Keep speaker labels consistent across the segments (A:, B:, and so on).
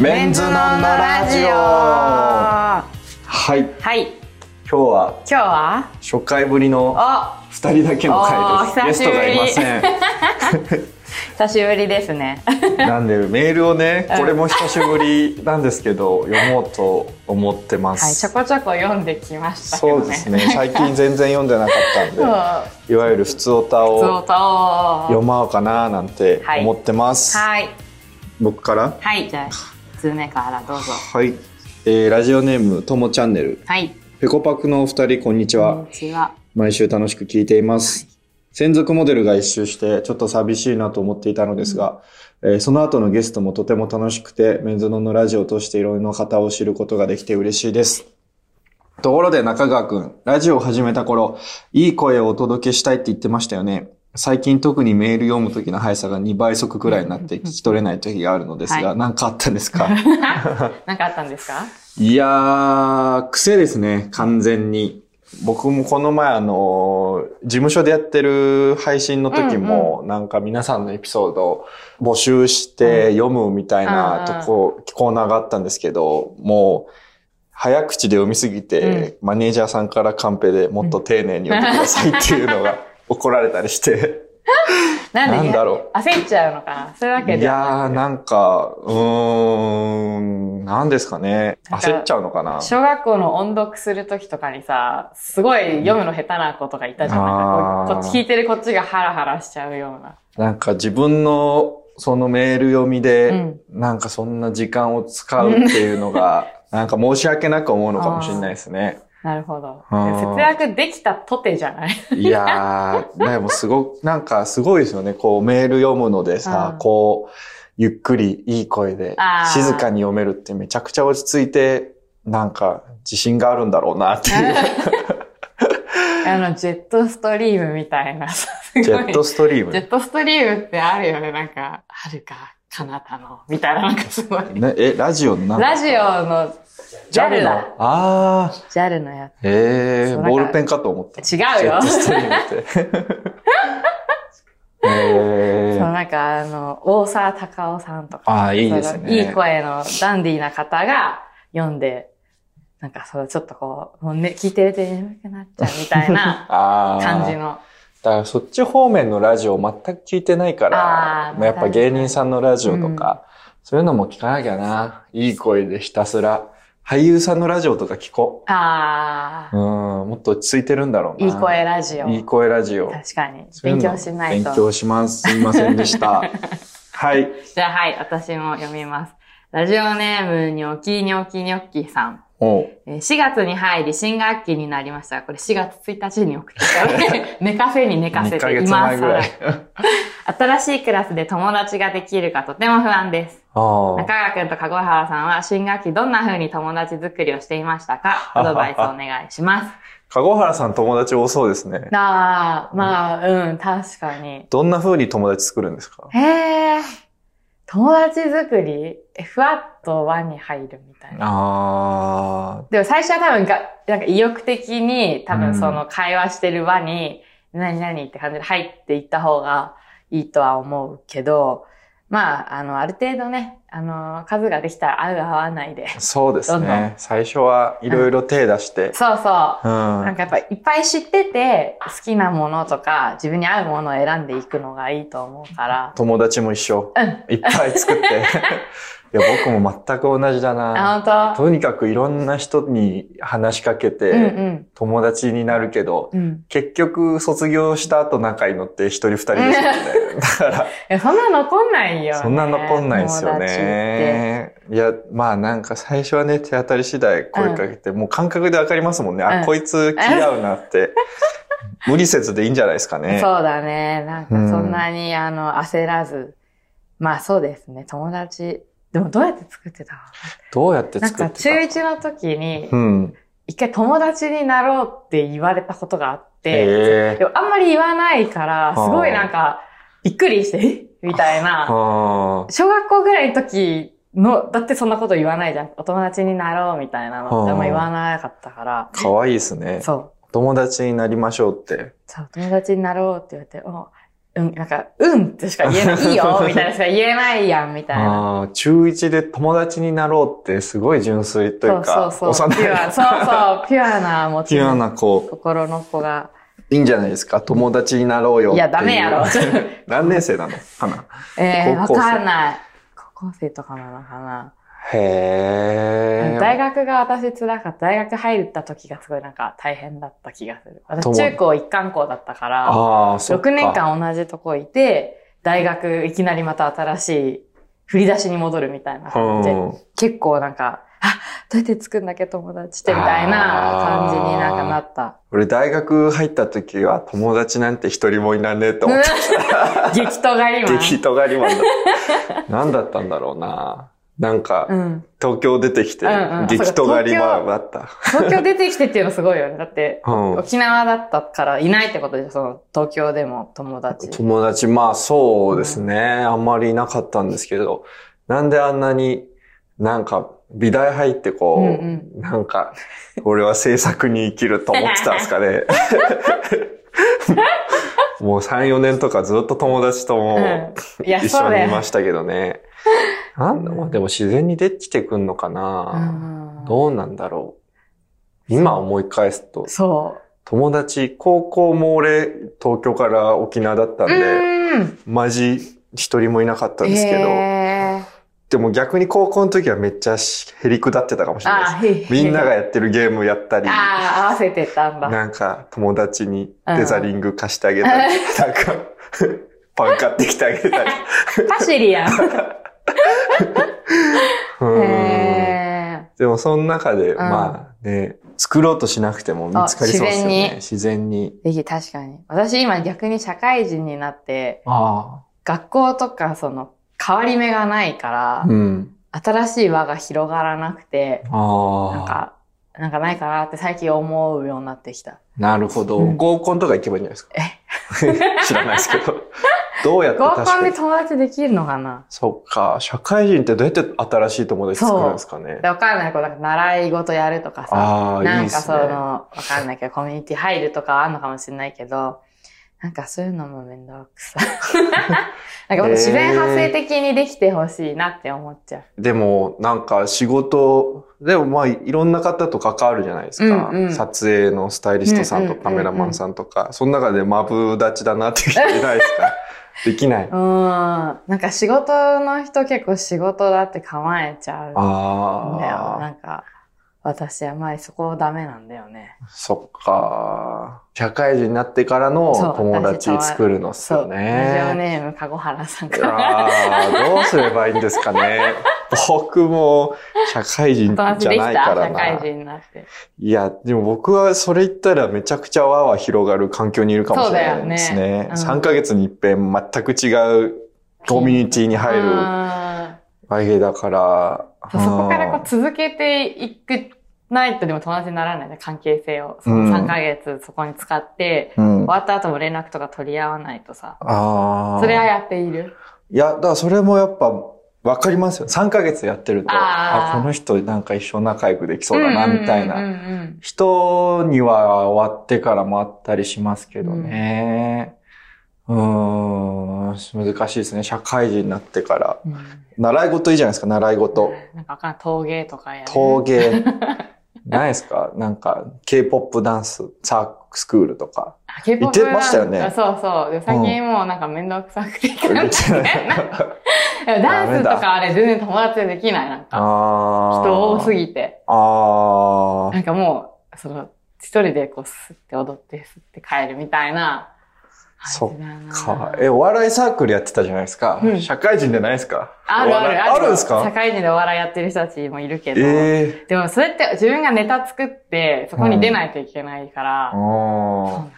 A: メンズノンノラジオはい今
B: はい
A: 日は
B: 今日は
A: 初回ぶりの
B: お
A: 2人だけの回ですゲス
B: おー久し
A: ト
B: ぶ
A: がい
B: り
A: ません
B: 久しぶりですね
A: なんでメールをね
B: うん
A: これも久しぶりなんですけど読もうと思ってま
B: はいち
A: す、
B: ょこちょこ読んできましたけ
A: そ
B: どね
A: うですね最近全然読んでなかったん
B: そう
A: でいわゆる普通歌
B: ずっ
A: を
B: と
A: 読まうかななんて
B: はい
A: 思ってます、
B: はい
A: 僕から
B: はいじゃあ1通目からどうぞ
A: はい、えーラジオネームともチャンネル
B: はい
A: ペコパクのお二人こんにちは、
B: こんにちは
A: 毎週楽しく聞いています。専属モデルが一周して、ちょっと寂しいなと思っていたのですが、えーその後のゲストもとても楽しくて、メンズノンのラジオを通していろいろな方を知ることができて嬉しいです。ところで中川くん、ラジオを始めた頃、いい声をお届けしたいって言ってましたよね。最近特にメール読む時の速さが2倍速くらいになって聞き取れない時があるのですが、
B: は
A: なんかあったんですか
B: 何かあったんですか
A: いやー、癖ですね、完全に。僕もこの前あの、事務所でやってる配信の時も、なんか皆さんのエピソードを募集して読むみたいなとこ、コーナーがあったんですけど、もう、早口で読みすぎて、マネージャーさんからカンペでもっと丁寧に読んでくださいっていうのが 怒られたりして、
B: なんで
A: なんだろう。
B: 焦っちゃうのかなそういうわけ
A: い
B: では
A: やー、なんか、うーん、なんですかね。
B: なんか
A: 焦っちゃうのかな。
B: 小学校の音読するときとかにさ、すごい読むの下手な子とかいたじゃんな
A: あー
B: いこっち聞いてるこっちがハラハラしちゃうような。
A: なんか自分のそのメール読み
B: う
A: で
B: ん、
A: なんかそんな時間を使うっていうの が、なんか申し訳なく思うのかもしれないですね。
B: なるほど。
A: あー
B: 節約できたとてじゃ ない
A: いやー、でもすごく、なんかすごいですよね。こうメール読むのでさ
B: う、ん
A: こう、ゆっくりいい声で
B: あー
A: 静かに読めるってめちゃくちゃ落ち着いて、なんか自信があるんだろうなって いう。
B: あの、ジェットストリームみたいなさ、すごい。
A: ジェットストリーム
B: ジェ。ットストリームってあるよね、なんか、はるか、かなたの、みたいな、なんかすごい。
A: ね、え、ラジオのなんか
B: ラジオの、ジャル
A: の
B: だ。
A: あー、
B: ジャルのや
A: え
B: そうなん
A: ー、
B: か
A: ボールペンかと思った。
B: つ。違 うよ。
A: ストリームって。え
B: そう、
A: ー、
B: なんか、あの、大沢たかおさんとか。
A: ああ、いいです
B: そのい
A: ね。
B: い声のダンディーな方が読んで、なんかそう、ちょっとこう、もうね、聞いてると眠くなっちゃうみたいな
A: ああ。
B: 感じ。の。
A: だからそっち方面のラジオ全く聞いてないから
B: あ、ー
A: やっぱ芸人さんのラジオとか、そういうのも聞かなきゃな。いい声でひたすら。俳優さんのラジオとか聞こ
B: あ
A: う。うん、もっと落ち着いてるんだろう
B: ー、
A: な。
B: いい。声ラジオ。
A: いい声ラジオ。
B: 確かに。
A: そういう
B: 勉
A: の
B: 強しない
A: 勉
B: と。
A: 強します。すいませんで した。はい。
B: じゃあはい、私も読みます。ラジオネーム、にょきにょきにょきさん。
A: おう
B: えー4月に入り新学期になりました。これ4月1日に送ってきたの で、寝かせに寝かせ
A: 2ヶ
B: てい
A: 月
B: ま
A: 前
B: す
A: ぐ。らい。
B: 新しいクラスで友達ができるかとても不安です。
A: あ
B: 中
A: あ。
B: 川くんと籠原さんは新学期どんな風に友達作りをしていましたか アドバイスお願いします。
A: 籠原さん友達多そうですね。
B: ああ、まあ、うん、確かに。
A: どんな風に友達作るんですか
B: へえ、友達作りえふわっと輪に入るみたいな。
A: あ
B: でも最初は多分が、なんか意欲的に多
A: うん
B: 分その会話してる輪に、何々って感じで入っていった方がいいとは思うけど、まあ、あの、ある程度ね、あの、数ができたら合う合わないで。
A: あ、そうです
B: どんど
A: ね
B: ん。
A: 最初はいろいろ手出して。
B: そうそう。
A: うん。
B: なんかやっぱいっぱい知ってて、好きなものとか、自分に合うものを選んでいくのがいいと思うから。
A: 友達も一緒。いっぱい作って。 いや、僕も全く同じだな。
B: あ、本
A: とにかくいろんな人に話しかけて、
B: 当うんうん。
A: 友達になるけど、
B: うん。
A: 結局卒業した後仲いいのって一人二人ですよね。だから、
B: いや、そんな残んないよ、ね。
A: そんな残んないですよ
B: 友達って。
A: ね。いや、まあなんか最初はね、手当たり次第声かけて、もう感覚でわかりますもんね。
B: う
A: あ、
B: ん
A: こいつ気合うな って。無理せずでいいんじゃないですかね。
B: そうだね。なんか
A: うん
B: そんなに、あの、焦らず。まあそうですね、友達。でもどうやって作ってた
A: どうやって
B: なん
A: 作っ
B: か
A: て
B: 中
A: た
B: 1の時に
A: う、ん。
B: 一回友達になろうって言われたことがあって、
A: ええ。
B: でもあんまり言わないから、すごいなんか、びっくりして、 えみたいな。
A: あ
B: 小学校ぐらいの時の、だってそんなこと言わないじゃん。お友達になろうみたいなのってあんま言わなかったから
A: あ、。かわいいですね。
B: そう。
A: 友達になりましょうって。
B: そう、友達になろうって言われて、おうん、なんか、うんってしか言 えない、いいよみたいなしか言えないやん、みたいな。
A: ああ、中1で友達になろうってすごい純粋とい
B: そううそ
A: か
B: う、そう。
A: 幼
B: ピ
A: い、
B: ュア、そう そう、ピュアな、もち
A: ピュ
B: ろ
A: ア
B: ん。
A: な子、
B: 心の子が。
A: いいんじゃないですか友達になろうよって。
B: いうや、ダメやろ。
A: 何年生なのかな
B: えー、
A: 高
B: わ
A: 校生
B: かんない。高校生とかなのかな。
A: へえ。
B: 大学が私辛かった。大学入った時がすごいなんか大変だった気がする。私
A: とも
B: 中高一貫校だったから、
A: ああ、そっか。
B: 6年。間同じとこいて、大学いきなりまた新しい振り出しに戻るみたいな感じで。
A: うん。
B: 結構なんか、あ、どうやって作んだっけ友達ってみたいな感じになんかなった。
A: 俺大学入った時は友達なんて一人もいらねえと思って、
B: 激闘が今。
A: 激とがりマンだった。何だったんだろうな。なんか、
B: うん。
A: 東京出てきて
B: うんうん、
A: 激とがりマンだった。
B: 東京出てきてっていうのすごいよね。だって、
A: うん。
B: 沖縄だったからいないってことでしょ、その東京でも友達。
A: 友達、まあそうですね。あんまりいなかったんですけど、なんであんなになんか美大入ってこう、
B: うん
A: なんか、俺は制作に生きると思ってたんですか ね。もう3、4年とかずっと友達とも、
B: うん、いや、
A: 一
B: そ
A: 緒に
B: うだ
A: いま
B: よ。
A: したけどね。なんだ、まあでも自然にできてくんのか
B: う
A: な、
B: ん
A: どうなんだろう。今思い返すと、
B: そ
A: 友達、高校も俺、東京から沖縄だったん
B: う。う
A: で、
B: ーん。
A: マジ一人もいなかったんですけど、
B: へ
A: でも逆に高校の時はめっちゃしへりくだってたかもし
B: ー
A: れない
B: あー、へ
A: です。みんなが。やってるゲームやったり、
B: ああ、合わせてたんだ。
A: なんか友達にデザリング貸してあげたり、なん か、パン買ってきてあげたり。
B: パシリやん。
A: うん
B: へ
A: でもその中で、
B: ん
A: まあね、作ろうとしなくても見つかりそうですよね。
B: あ
A: 自然に。
B: ーぜひ確かに。私今逆に社会人になって、
A: あ
B: 学校とかその変わり目がないから、
A: うん。
B: 新しい輪が広がらなくて、
A: ああ。
B: なんか、なんかないかなって最近思うようになってきた。
A: なるほど。
B: うん
A: 合コンとか行けばいいんじゃないです か。知らないですけど。どうやって
B: 合
A: 確
B: コン
A: か
B: で
A: に。
B: 友達できるのかな
A: そっか。社会人ってどうやって新しい友達作るんですかね
B: で。わかんない、こうなんか習い事やるとかさ、
A: ああ、
B: ない
A: い
B: ん
A: っ
B: か
A: す
B: その、
A: ね。
B: わかんないけど、コミュニティ入るとかはあんのかもしれないけど、なんかそういうのもめんどくさい。 なんかもっと自然発生的にできてほしいなって思っちゃう。
A: でも、なんか仕事、でもまあ、いろんな方と関わるじゃないですか。
B: うんうん
A: 撮影のスタイリストさんと
B: うんうんうんうん
A: カメラマンさんとか、その中でマブダチだなって人いないです かできない。
B: うん。なんか仕事の人結構仕事だって構えちゃうんだよ。な
A: ああ、
B: んか、私あんまりそこダメなんだよね。
A: そっか。社会人になってからの
B: そう
A: 友達作るのっす
B: そ
A: よ
B: う。ラジオ
A: ね。
B: ネーム、かごはらさんから。
A: ああ、どうすればいいんですか ね。僕も社会人
B: 友
A: じゃ
B: 達できた
A: ないから
B: 社
A: な。
B: 会人になって。
A: いや、でも僕はそれ言ったらめちゃくちゃわわ広がる環境にいるかもしれないです
B: そうだ
A: ね
B: よ。ねうん
A: 3ヶ月に一遍全く違うコミュニティに入る
B: うん
A: わけだから。
B: そうそこからこ
A: うん
B: う続けていくないとでも友達にならないね、関係性を。そ
A: うん
B: の3ヶ月そこに使って、
A: うん。
B: 終わった後も連絡とか取り合わないとさ。
A: ああ。
B: それはやっている。
A: いや、だからそれもやっぱわかりますよ。3ヶ月やってると、
B: あ
A: あ
B: ー
A: この人なんか一生仲良くできそうだな、みたい
B: うんう
A: なん
B: うんうん
A: 人には終わってからもあったりしますけどね。うーん、難しいですね。社会人になってから。
B: うん
A: 習い事いいじゃないですか、習い事。
B: なんかわかんない。陶芸とかやる。
A: 陶芸。ないですかなんか、K-POP ダンス、サークスクールとか。
B: あ、結
A: 言ってましたよね
B: そうそう。で最近もうなんか面倒くさくて。ダンスと
A: ダメだ
B: かあれ全然友達でできない。なんか、
A: あー。
B: 人多す
A: ぎ。
B: ぎて。
A: あー
B: なんかもう、その、一人でこう、すって踊って、すって帰るみたいな。
A: そっ
B: 感じだな
A: か。え、お笑いサークルやってたじゃないですか。
B: うん
A: 社会人でないですか
B: あるあ
A: お
B: る
A: 笑い
B: ある。
A: あるんです
B: 社
A: か
B: 会人でお笑いやってる人たちもいるけど。
A: ええ
B: でも、それって自分がネタ作って、そこに出ないといけないから。
A: ー。
B: そうなん
A: あ
B: だよね。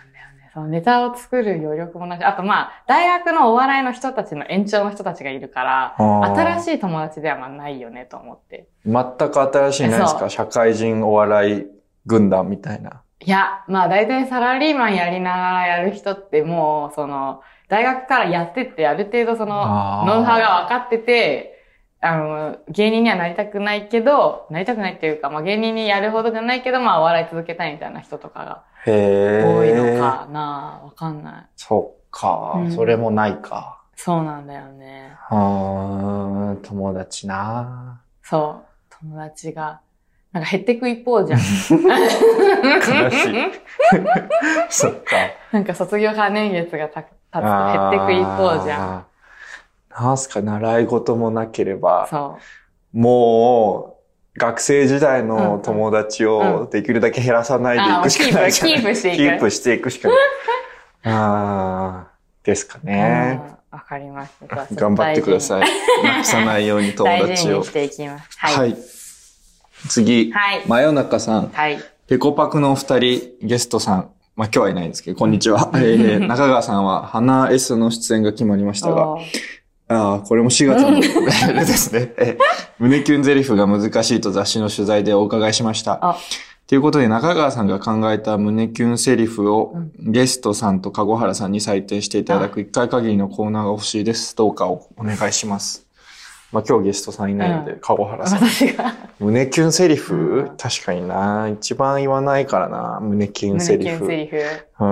B: そのネタを作る余力もなし。あと、まあ、大学のお笑いの人たちの延長の人たちがいるから、
A: ー
B: 新しい友達ではまあないよねと思って。
A: 全く新しいないです
B: そ
A: か
B: う
A: 社会人お笑い軍団みたいな。
B: いや、まあ大体サラリーマンやりながらやる人ってもう、その、大学からやってって、ある程度そ
A: あー
B: の、ノウハウが分かってて、あの、芸人にはなりたくないけど、なりたくないっていうか、まあ芸人にやるほどじゃないけど、まあお笑い続けたいみたいな人とか
A: へ
B: が
A: え。
B: 多いのかな、わかんない。
A: そっか
B: う。ん
A: それもないか。
B: そうなんだよね。
A: うーん、友達 な
B: そう。友達が、なんか減ってく一方じゃん。
A: 悲しいそっか。
B: なんか卒業から年月がた経つと減ってく一方じゃん。
A: ん。なんすか、習い事もなければ、
B: そ
A: もう、学生時代
B: うんう
A: の
B: ん
A: 友達をできるだけ減らさな
B: う。
A: いでいくしかないじゃない
B: あーキープ、キープしていく。
A: キープしていくし かない。あーですかね。
B: うんわかりました。
A: 頑張ってくだ
B: い。
A: さい。なくさないように友
B: 大事
A: 達を
B: にし。ていきます。
A: は
B: はい。
A: い。次、
B: はい。
A: 真夜中さん。
B: はい。
A: ペコパクのお二人、ゲストさん。まあ、今日はいないんですけど、こんにちは。えー、中川さんは、花 S の出演が決まりましたが、
B: おー
A: ああ、これも4月の ですね。え胸キュンゼリフが難しいと雑誌の取材でお伺いしました
B: あ。
A: ということで、中川さんが考えた胸キュンセリフを
B: う
A: ゲストさんと籠原さんに採点していただく1回限りのコーナーが欲しいです。どうかお願いします。まあ今日ゲストさんいないので、
B: う
A: 籠原さん。
B: 私が
A: 胸キュンセリフ、
B: うん
A: 確かにな。一番言わないからな。胸キュンセ
B: 胸キ
A: リ
B: ュ
A: フ。
B: ンセリフ。
A: う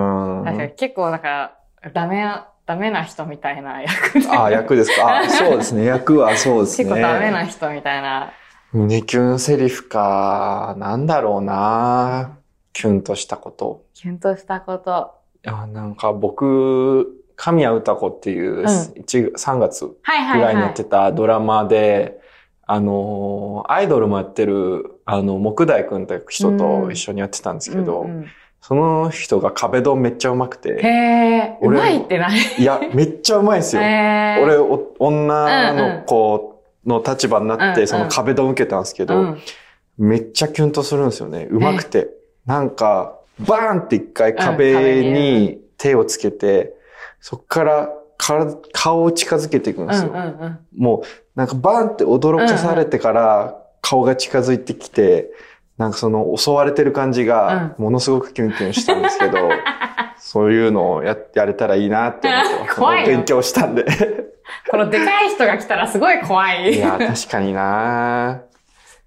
B: なんか
A: ん。
B: 結構なんか、ダメな、ダメな人みたいな役で。
A: あ、役ですか。 あ、そうですね。役はそうですね。
B: 結構ダメな人みたいな。
A: 胸キュンセリフか。なんだろうな。キュンとしたこと。
B: キュンとしたこと。
A: いや、なんか僕、神谷歌子っていう、
B: ん
A: 1 3月ぐ
B: はいはいは
A: ら
B: い。
A: いにやってたドラマで、あのー、アイドルもやってる、あの、木大くんという人と一緒にやってたんですけど、
B: うんうん
A: その人が壁ドンめっちゃうまく
B: へ
A: て、
B: え、う
A: 俺
B: まいってない。
A: いや、めっちゃうまいんですよ。
B: へー
A: 俺、お女
B: うんう
A: の
B: ん
A: 子の立場になっ
B: うんう
A: て、
B: ん
A: その壁ドン受けたんですけど、
B: うん
A: めっちゃキュンとするんですよね。うまくて。なんか、バーンって一回
B: うん
A: 壁
B: 壁に
A: に手をつけて、そっからから顔を近づけていくん
B: う
A: で
B: ん
A: す
B: う
A: よ。
B: んうん。
A: もう、なんかバーンって驚かされてから顔が近づいてきて、なんかその襲われてる感じがものすごくキュンキュンしたんです けど、そういうのをややれたらいいなって思ってます。
B: 怖いよ
A: 勉強したんで。
B: このでかい人が来たらすごい怖い。
A: いや、確かにな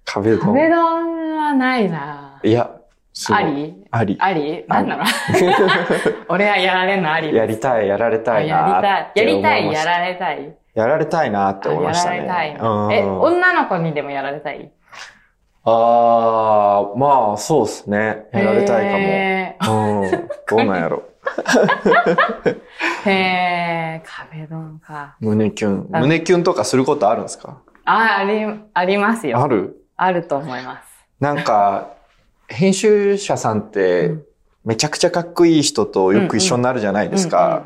A: 壁ドン。
B: 壁ドンはないない
A: や、すごい
B: あり
A: あり。
B: ありなんだろう俺はやられんのあり
A: やりたい、やられた
B: あ
A: い
B: や
A: な
B: りたい。やりたい、や
A: ら
B: られたい。
A: やられたいなって
B: あ
A: 思い
B: や
A: ました
B: ら
A: ね。
B: れたい。
A: うん
B: え、女の子にでもやられたい
A: あー、まあ、そうですね。やられたい
B: へ
A: かも。うん。どうなん やろ。
B: ーへー壁ドンか。
A: 胸キュン。
B: あ
A: 胸キュンとかすることあるんですか
B: あ、あり、ありますよ。
A: ある
B: あると思います。
A: なんか、編集者さんっ
B: う
A: て
B: ん、
A: めちゃくちゃかっこいい人とよく一緒になるじゃないですか。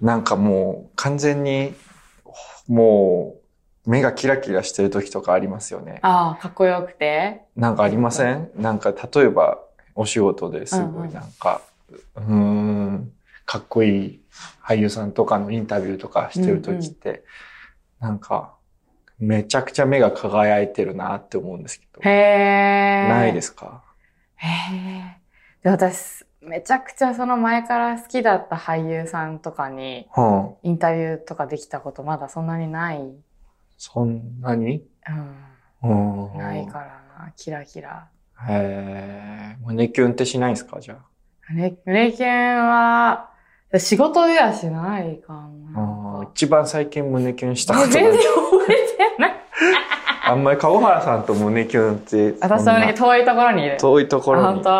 A: なんかもう、完全に、もう、目がキラキラしてる時とかありますよね。
B: ああ、かっこよくて。
A: なんかありませんなんか例えばお仕事です
B: うん
A: ご
B: う
A: い
B: ん
A: なんか、うーん、かっこいい俳優さんとかのインタビューとかしてる時って、なんかめちゃくちゃ目が輝いてるなって思うんですけど、
B: へえ。。
A: ないですすか
B: へえ。で、私、めちゃくちゃその前から好きだった俳優さんとかに、
A: うん。
B: インタビューとかできたことまだそんなにない。うん。
A: そんなにうん。
B: ないからな、キラキラ。
A: へえ。胸キュンってしないんですかじゃあ。
B: 胸胸キュンは、仕事ではしないか
A: あー
B: も。
A: 一番最近胸キュンしたこ
B: 全
A: とな
B: 然
A: い。
B: 覚えて ない。
A: あんまり籠原さんと胸キュンってそんな
B: 私はね、遠いところにいる。
A: 遠いところ
B: 本
A: に
B: 当。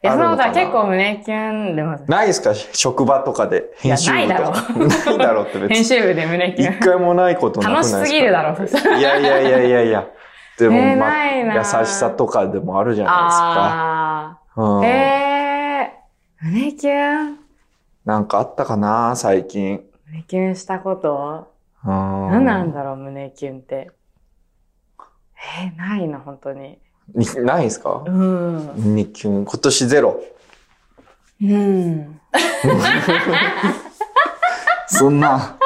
B: いや、
A: あ
B: そ
A: るの
B: の
A: か
B: こ
A: な
B: とは結構胸キュンでます。
A: ないですか職場とかで。編集部とか。ないだろうって別
B: 編
A: に。
B: 集部で胸キュ
A: 一
B: ン。
A: 回もないことなくないですか
B: 楽しすぎるだろそし
A: いやいやいやいやいや。でも、
B: えー
A: まあ、
B: ないな
A: 優しさとかでもあるじゃない
B: あ
A: ですか。う
B: あ。
A: ん
B: えー、胸キュン
A: なんかあったかな最近。
B: 胸キュンしたこと
A: うん
B: 何なんだろう、胸キュンって。えー、ないな、本当に。
A: にないですか
B: うん。
A: にきゅん今年ゼロ。
B: うん。
A: そん な。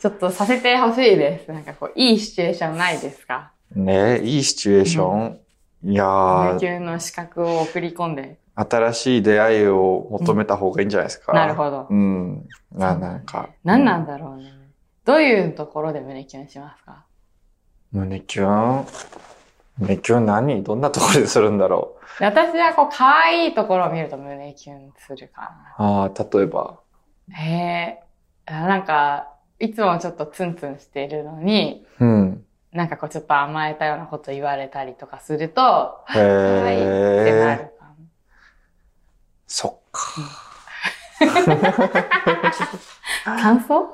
B: ちょっとさせてほしいです。なんかこう、いいシチュエーションないですか
A: ねいいシチュエーション。いや
B: 胸キ
A: ー、
B: ュンの資格を送り込んで。
A: 新しい出会いを求めた方がいいんじゃないですか。
B: なるほど。
A: うん。な、なんか。
B: 何なんだろうね。どういうところで胸キュンしますか
A: 胸キュンメキュン何どんなところでするんだろう
B: 私はこう、可愛いところを見ると胸キュンするか
A: ああ、例えば。
B: な。へえ。あなんか、いつもちょっとツンツンしているのに、
A: うん。
B: なんかこうちょっと甘えたようなこと言われたりとかすると、
A: へ
B: 可愛いってな
A: え。
B: るか
A: そっか。
B: な。感 想そう、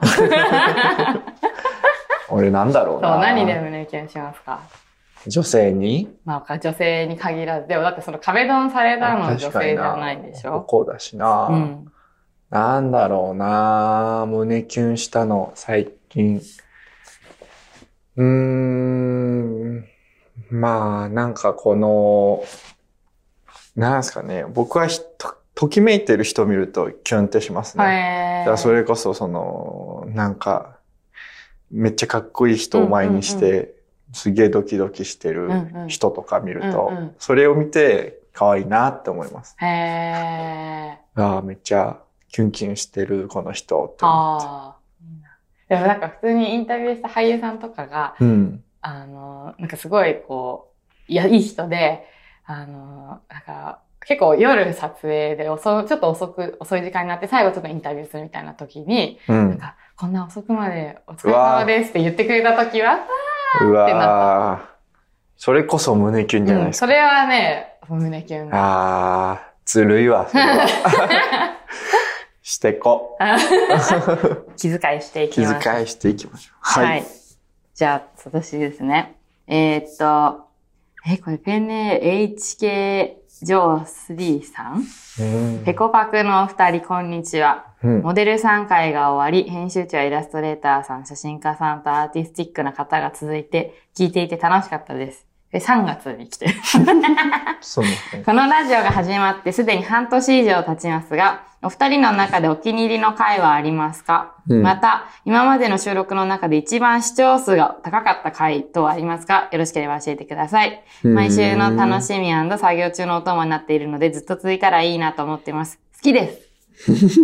A: 俺なんだろうな。
B: 何で胸キュンしますか
A: 女性に
B: まあ、女性に限らず、でもだってその壁ドンされたのは女性じゃないでしょ
A: こうだしな。
B: うん。
A: なんだろうな胸キュンしたの、最近。うーん。まあ、なんかこの、なんすかね、僕はひと、ときめいてる人見るとキュンってしますね。
B: はい。
A: だからそれこそ、その、なんか、めっちゃかっこいい人を前にして、
B: うん
A: すげえドキドキしてる
B: うんうん
A: 人とか見ると、
B: うんうん
A: それを見て、可愛いなって思います。
B: へー。
A: ああ、めっちゃキュンキュンしてる、この人 って思って。
B: ああ。いいなでもなんか普通にインタビューした俳優さんとかが、
A: うん。
B: あの、なんかすごいこう、いや、いい人で、あの、なんか、結構夜撮影で遅、ちょっと遅く、遅い時間になって最後ちょっとインタビューするみたいな時に、
A: う
B: なん
A: ん。
B: か、こんな遅くまでお疲れ様ですって言ってくれた時は、
A: う
B: ってな
A: わーそれこそ胸キュンじゃない
B: うん
A: ですか。
B: それはね、胸キュン。
A: ああ、ずるいわ、それ は。してこ。
B: 気遣いしていき
A: 気
B: ます。
A: 遣いしていきましょう。
B: はい。
A: はい。
B: じゃあ、私ですね。えーっと、え、これペンネ HK ジョー3さん、
A: うん
B: ペコパクのお二人、こんにちは。
A: うん
B: モデルさん会が終わり、編集長やイラストレーターさん、写真家さんとアーティスティックな方が続いて、聞いていて楽しかったです。で3月に来てる。
A: そうですね。
B: このラジオが始まってすでに半年以上経ちますが、お二人の中でお気に入りの回はありますか、
A: うん
B: また、今までの収録の中で一番視聴数が高かった回とはありますかよろしければ教えてください。
A: うん
B: 毎週の楽しみ作業中のお供になっているので、ずっと続いたらいいなと思っています。好きです。
A: 好きで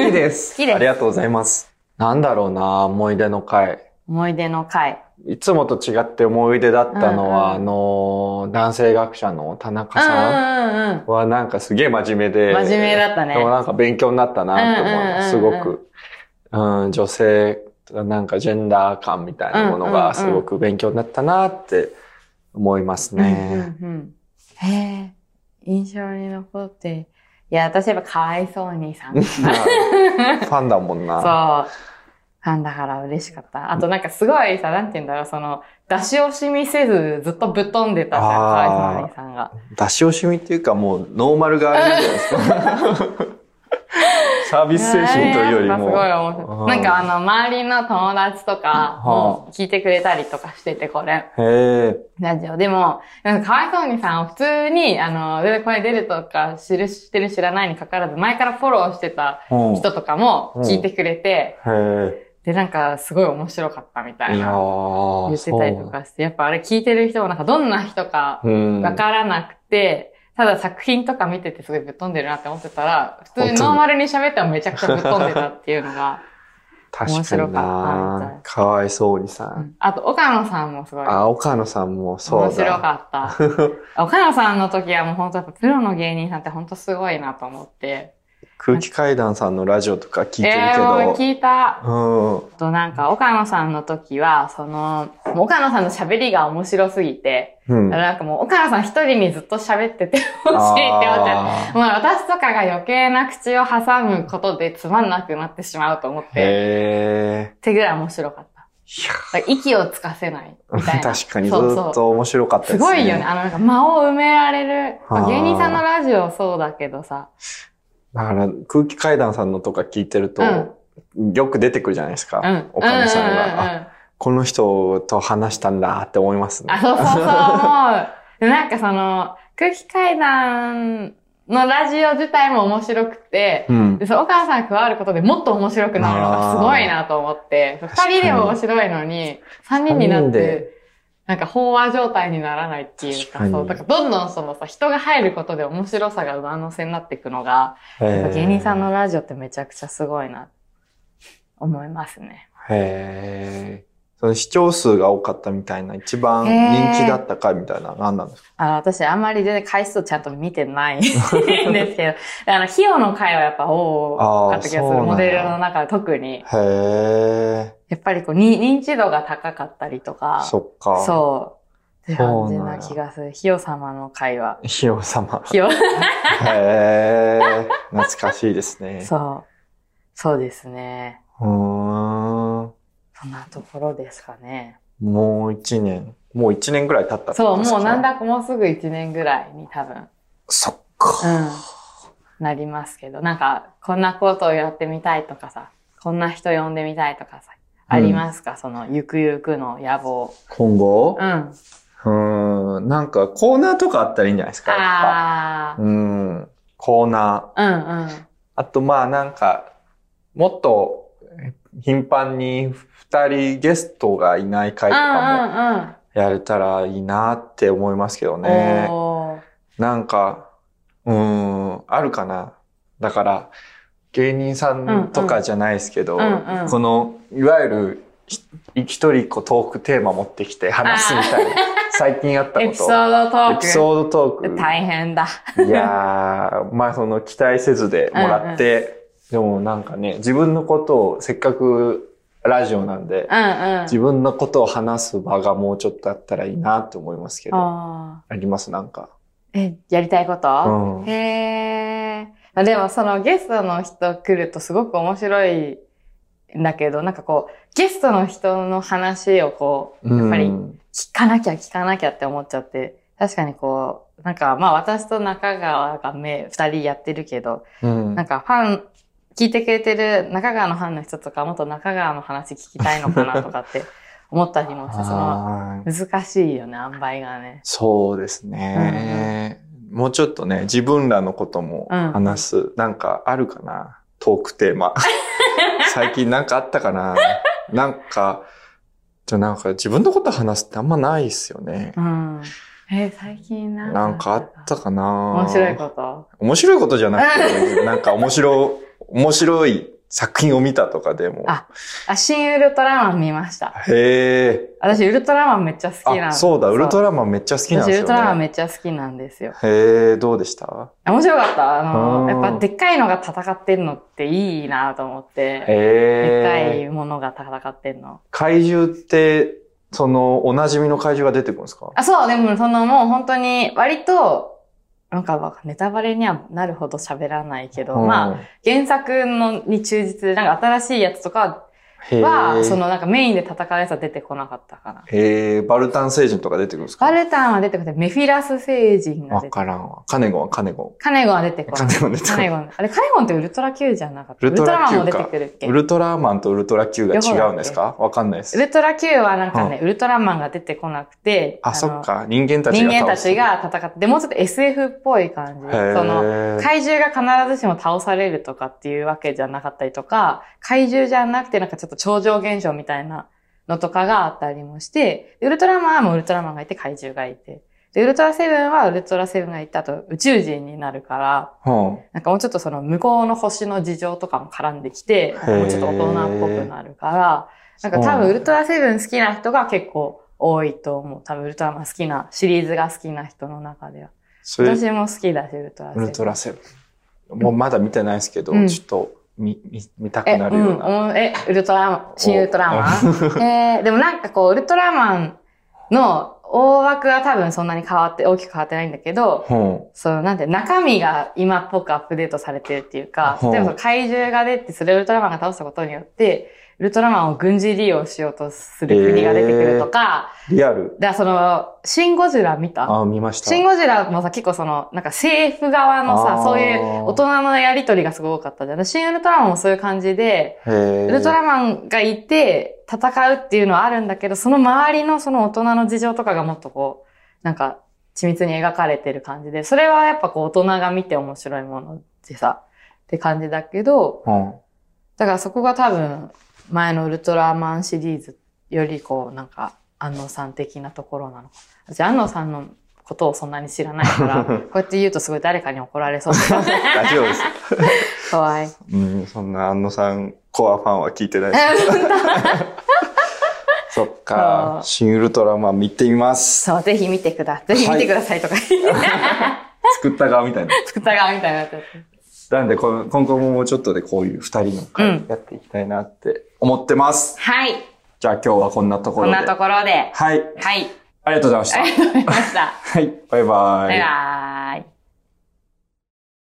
A: す。
B: 好きです
A: ありがとうございます。なんだろうな、思い出の回。
B: 思い出の回。
A: いつもと違って思い出だったのは、
B: うんう
A: あのー、男性学者の田中
B: うんう
A: さん
B: んうん。
A: はなんかすげえ真面目で。
B: 真面目だったね
A: でもなんか勉強になったなって思います。
B: う
A: す
B: んうん
A: ご
B: うんうん
A: く。うん、女性、なんかジェンダー感みたいなもの
B: うんうんう
A: が
B: ん
A: すごく勉強になったなって思いますね。
B: うんうんうん、へえ、印象に残って。いや、私やっぱかわいそうにさん。 そう。
A: ファンだもん な。
B: なんだから嬉しかった。あとなんかすごいさ、なんて言うんだろう、その、出し惜しみせずずっとぶっ飛んでたじゃん、か
A: あー
B: わいそうにさんが。
A: 出し惜しみっていうかもうノーマルがあるじゃない ですか。サービス精神というより
B: あれやっぱす
A: も。
B: ごい面白い。なんかあの、周りの友達とかも聞いてくれたりとかしてて、これ。
A: へえ。
B: ラジオ。でも、なんかかわいそうにさん、普通に、あの、全然これ出るとか、知る、知ってる知らないにかかわらず、前からフォローしてた
A: うん
B: 人とかも聞いてくれて、
A: へえ。
B: で、なんか、すごい面白かったみたい
A: いや
B: な、
A: ー
B: 言ってたりと。かして、やっぱあれ聞いてる人もなんか、どんな人か
A: そううん。
B: わからなくて、ただ作品とか見ててすごいぶっ飛んでるなって思ってたら、普通にノーマルに喋ってもめちゃくちゃぶっ飛んでたっていうのが、面
A: 確か
B: 白
A: に
B: かったみた。
A: ないかわいそうにさ。
B: うんあと、岡野さんもすごい。
A: あ、岡野さんもそうだ。
B: 面白か った。岡野さんの時はもう本当やっぱプロの芸人さんって本当すごいなと思って。
A: 空気階段さんのラジオとか聞いてる
B: え
A: け
B: ー、もう
A: ど。
B: 聞いた。
A: うん。
B: あとなんか岡野さんの時は、その、もう岡野さんの喋りが面白すぎて、
A: うん。
B: なんかもう岡野さん一人にずっと喋っててほしいって思っちゃ
A: あ
B: う。
A: ー
B: もう私とかが余計な口を挟むことでつまんなくなってしまうと思って、
A: へ
B: ってぐらい面白かった。だから息をつかせないみたい
A: ー
B: な。
A: 確かにず
B: そう
A: っ
B: そう
A: と面白かったです
B: す
A: ね。
B: ごいよね。。あの、なんか間を埋められる。まあ
A: あー
B: 芸人さんのラジオそうだけどさ。
A: だから空気階段さんのとか聞いてると、よく出てくるじゃないですか。
B: うん。
A: 岡野さん
B: うう
A: が、
B: う
A: あ
B: ん
A: この人と話したんだって思いますね。
B: あ、そうそう そう、思う。でなんかその、空気階段のラジオ自体も面白くて、
A: うん
B: で。その岡野さんが加わることでもっと面白くなるのがすごいなと思って、二
A: ー確かに
B: 人でも面白いのに、三人になっ
A: 三人で
B: て、なんか飽和状態にならないっていう
A: 確
B: か、
A: かに
B: そう、だからどんどんそのさ、人が入ることで面白さが上乗せになっていくのが、やっぱ芸人さんのラジオってめちゃくちゃすごいな、思いますね。
A: へー。その視聴数が多かったみたいな、一番人気だった回みたいなのがあんだんですか
B: あの、私、あんまり全然回数をちゃんと見てないんですけど、あの、費用の回はやっぱ多かった気が
A: あー
B: す
A: そうなんや
B: る。モデルの中で特に。
A: へえ、
B: やっぱりこう、に認知度が高かったりとか、
A: そっか。う。
B: そう。って感じ
A: そうなん
B: な
A: や
B: 気がする。費用様の会は。
A: ひよ 様。
B: 費用、
A: へえ、懐かしいですね。
B: そう。そうですね。
A: うーん。
B: そんなところですかね。
A: もう一年。もう一年ぐらい経ったって
B: そ
A: こ
B: う、
A: とです
B: も
A: か
B: うなん。だかもうすぐ1年ぐらいに多分、
A: そっか。
B: うん、なりますけど、なんか、こんなことをやってみたいとかさ、こんな人呼んでみたいとかさ、ありますか、その、ゆくゆくの野望。
A: 今後
B: うん。あ
A: うーん。なんかコーナーとかあったらいいんじゃないですか。やっ
B: あ
A: ぱうん。コーナー。
B: ー。うんうん。
A: あとまあなんか、もっと頻繁に二人ゲストがいない回とかも
B: う
A: やれたらいいなって思いますけど
B: んうんうん。
A: ね。
B: おー
A: なんか、うーん、あるかな。だから、芸人さんとかじゃないですけど、
B: うんうん
A: この、いわゆる、ひ一人一個トークテーマ持ってきて話すみ たいな、最近あったこと。
B: エピソードトー
A: エ
B: ク。
A: ピソードトーク。
B: 大変だ。
A: いやー、まあその期待せずでもらって、でもなんかね、自分のことをせっかくラジオなんで、
B: うんうん。
A: 自分のことを話す場がもうちょっとあったらいいなって思いますけど、あ
B: ああ。
A: りますなんか。
B: え、やりたいこと、
A: うん。
B: へえ。まあでもそのゲストの人来るとすごく面白いんだけど、なんかこう、ゲストの人の話をこう、やっぱり
A: うん
B: 聞かなきゃ聞かなきゃって思っちゃって、確かにこう、なんかまあ私と中川がめ二人やってるけど、
A: うん
B: なんかファン、聞いてくれてる中川のファンの人とか、もっと中川の話聞きたいのかなとか って思ったりもして、その、
A: あー
B: 難しいよね、塩梅がね。
A: そうですね、もうちょっとね、自分らのことも
B: うん
A: 話す、なんかあるかなトークテー マ。最近なんかあったかななんか、じゃあなんか自分のこと話すってあんまないっすよね。
B: うん。えー最近なん
A: なんかあったかな
B: 面白いこと。
A: 面白いことじゃなく て、なんか面白、面白い作品を見たとかでも。
B: ああ、新ウルトラマン見ました。
A: へえ。
B: 私、ウルトラマンめっちゃ好きなん
A: あ、そうだ、ウルトラマンめっちゃ好きなん
B: 私、
A: で
B: ウ
A: すよね。
B: ルトラマンめっちゃ好きなんですよ。
A: へえ、どうでした
B: 面白かった。あの、
A: あ
B: や
A: ー
B: っぱでっかいのが戦ってんのっていいなと思って。でっか
A: へえ。
B: いものが戦ってんの。
A: 怪獣って、その、おなじみの怪獣が出てくるんですか
B: あ、そう、でもそのもう本当に割と、なんかネタバレにはなるほど喋らないけど、まあ、
A: あ、
B: 原作のに忠実で、なんか新しいやつとか
A: へ
B: は、
A: え。
B: そのなんかメインで戦うやつは出てこなかったかな。
A: へえ、バルタン星人とか出てくるんですか
B: バルタンは出てこない。メフィラス星人が
A: わ
B: 出てこない
A: からんわ。カネゴンはカネゴ
B: カネゴンは出てこない。
A: カネゴン出てこ
B: カ
A: ない
B: ネゴンあれ、カネゴンってウルトラ Q じゃなかった。
A: ウルトラ Q
B: ウルトラマンも出てくるっけ
A: ン。ウルトラマンとウルトラ Q が違うんですかわかんないで
B: ウ
A: す。
B: ルトラ Q はなんかね、ウルトラマンが出てこなくて、
A: あ、
B: の
A: そっか。人間たち
B: 人
A: が
B: 間
A: 倒
B: た
A: す
B: ち。が戦って、でもうちょっと SF っぽい感じ。
A: へえ
B: その、怪獣が必ずしも倒されるとかっていうわけじゃなかったりとか、怪獣じゃなくてなんかちょっと超常現象みたいなのとかがあったりもして、ウルトラマンはもうウルトラマンがいて怪獣がいて、で、ウルトラセブンはウルトラセブンがいて、あと宇宙人になるから、
A: うん。
B: なんかもうちょっとその向こうの星の事情とかも絡んでき
A: へ
B: て、
A: ー
B: もうちょっと大人っぽくなるから、なんか多分ウルトラセブン好きな人が結構多いと思う。多分ウルトラマン好きな、シリーズが好きな人の中では。
A: それ、
B: 私も好きだし、ウルトラセ
A: ウ
B: ブン。
A: ルトラセブン。もうまだ見てないですけど、
B: うん
A: ちょっと見、見、見た
B: え、
A: く
B: う、
A: なるようんな。
B: うんえ、ウルトラマン、新ウルト ラマンえー、でもなんかこう、ウルトラマンの大枠は多分そんなに変わって、大きく変わってないんだけど、
A: うん。
B: そのなんて、中身が今っぽくアップデートされてるっていうか、
A: ほう
B: 例えばその怪獣が出て、それをウルトラマンが倒したことによって、ウルトラマンを軍事利用しようとする国が出てくるとか、
A: リアル。
B: だからその、シン・ゴジラ見た
A: あ、見ました。
B: シン・ゴジラもさ、結構その、なんか政府側の
A: あ
B: さ、
A: ー
B: そういう大人のやりとりがすごく多かったじゃん。シン・ウルトラマンもそういう感じで、
A: へー
B: ウルトラマンがいて戦うっていうのはあるんだけど、その周りのその大人の事情とかがもっとこう、なんか緻密に描かれてる感じで、それはやっぱこう大人が見て面白いものでさ、って感じだけど、
A: うん。
B: だからそこが多分前のウルトラマンシリーズよりこうなんか安野さん的なところなのか。私安野さんのことをそんなに知らないから、こうやって言うとすごい誰かに怒られそうだ け
A: 大丈夫です。
B: ど。かわいい。
A: うん、そんな安野さん、コアファンは聞いてないです。
B: え
A: そっか。新ウルトラマン見てみます。
B: そう、ぜひ見てくだ、ぜひ見てくださいとか、
A: 作った側みたいな。
B: 作った側みたいになってます
A: なんで、この今後ももうちょっとでこういう二人の会やっていきたいなって思ってます。
B: はい。
A: じゃあ今日はこんなとこ
B: こ
A: ろ
B: ん
A: で。
B: なところで。
A: はい。
B: はい。
A: ありがとうございまし
B: あ
A: た。
B: りがとうございました。
A: はい。バイバイ。
B: バイバーイ。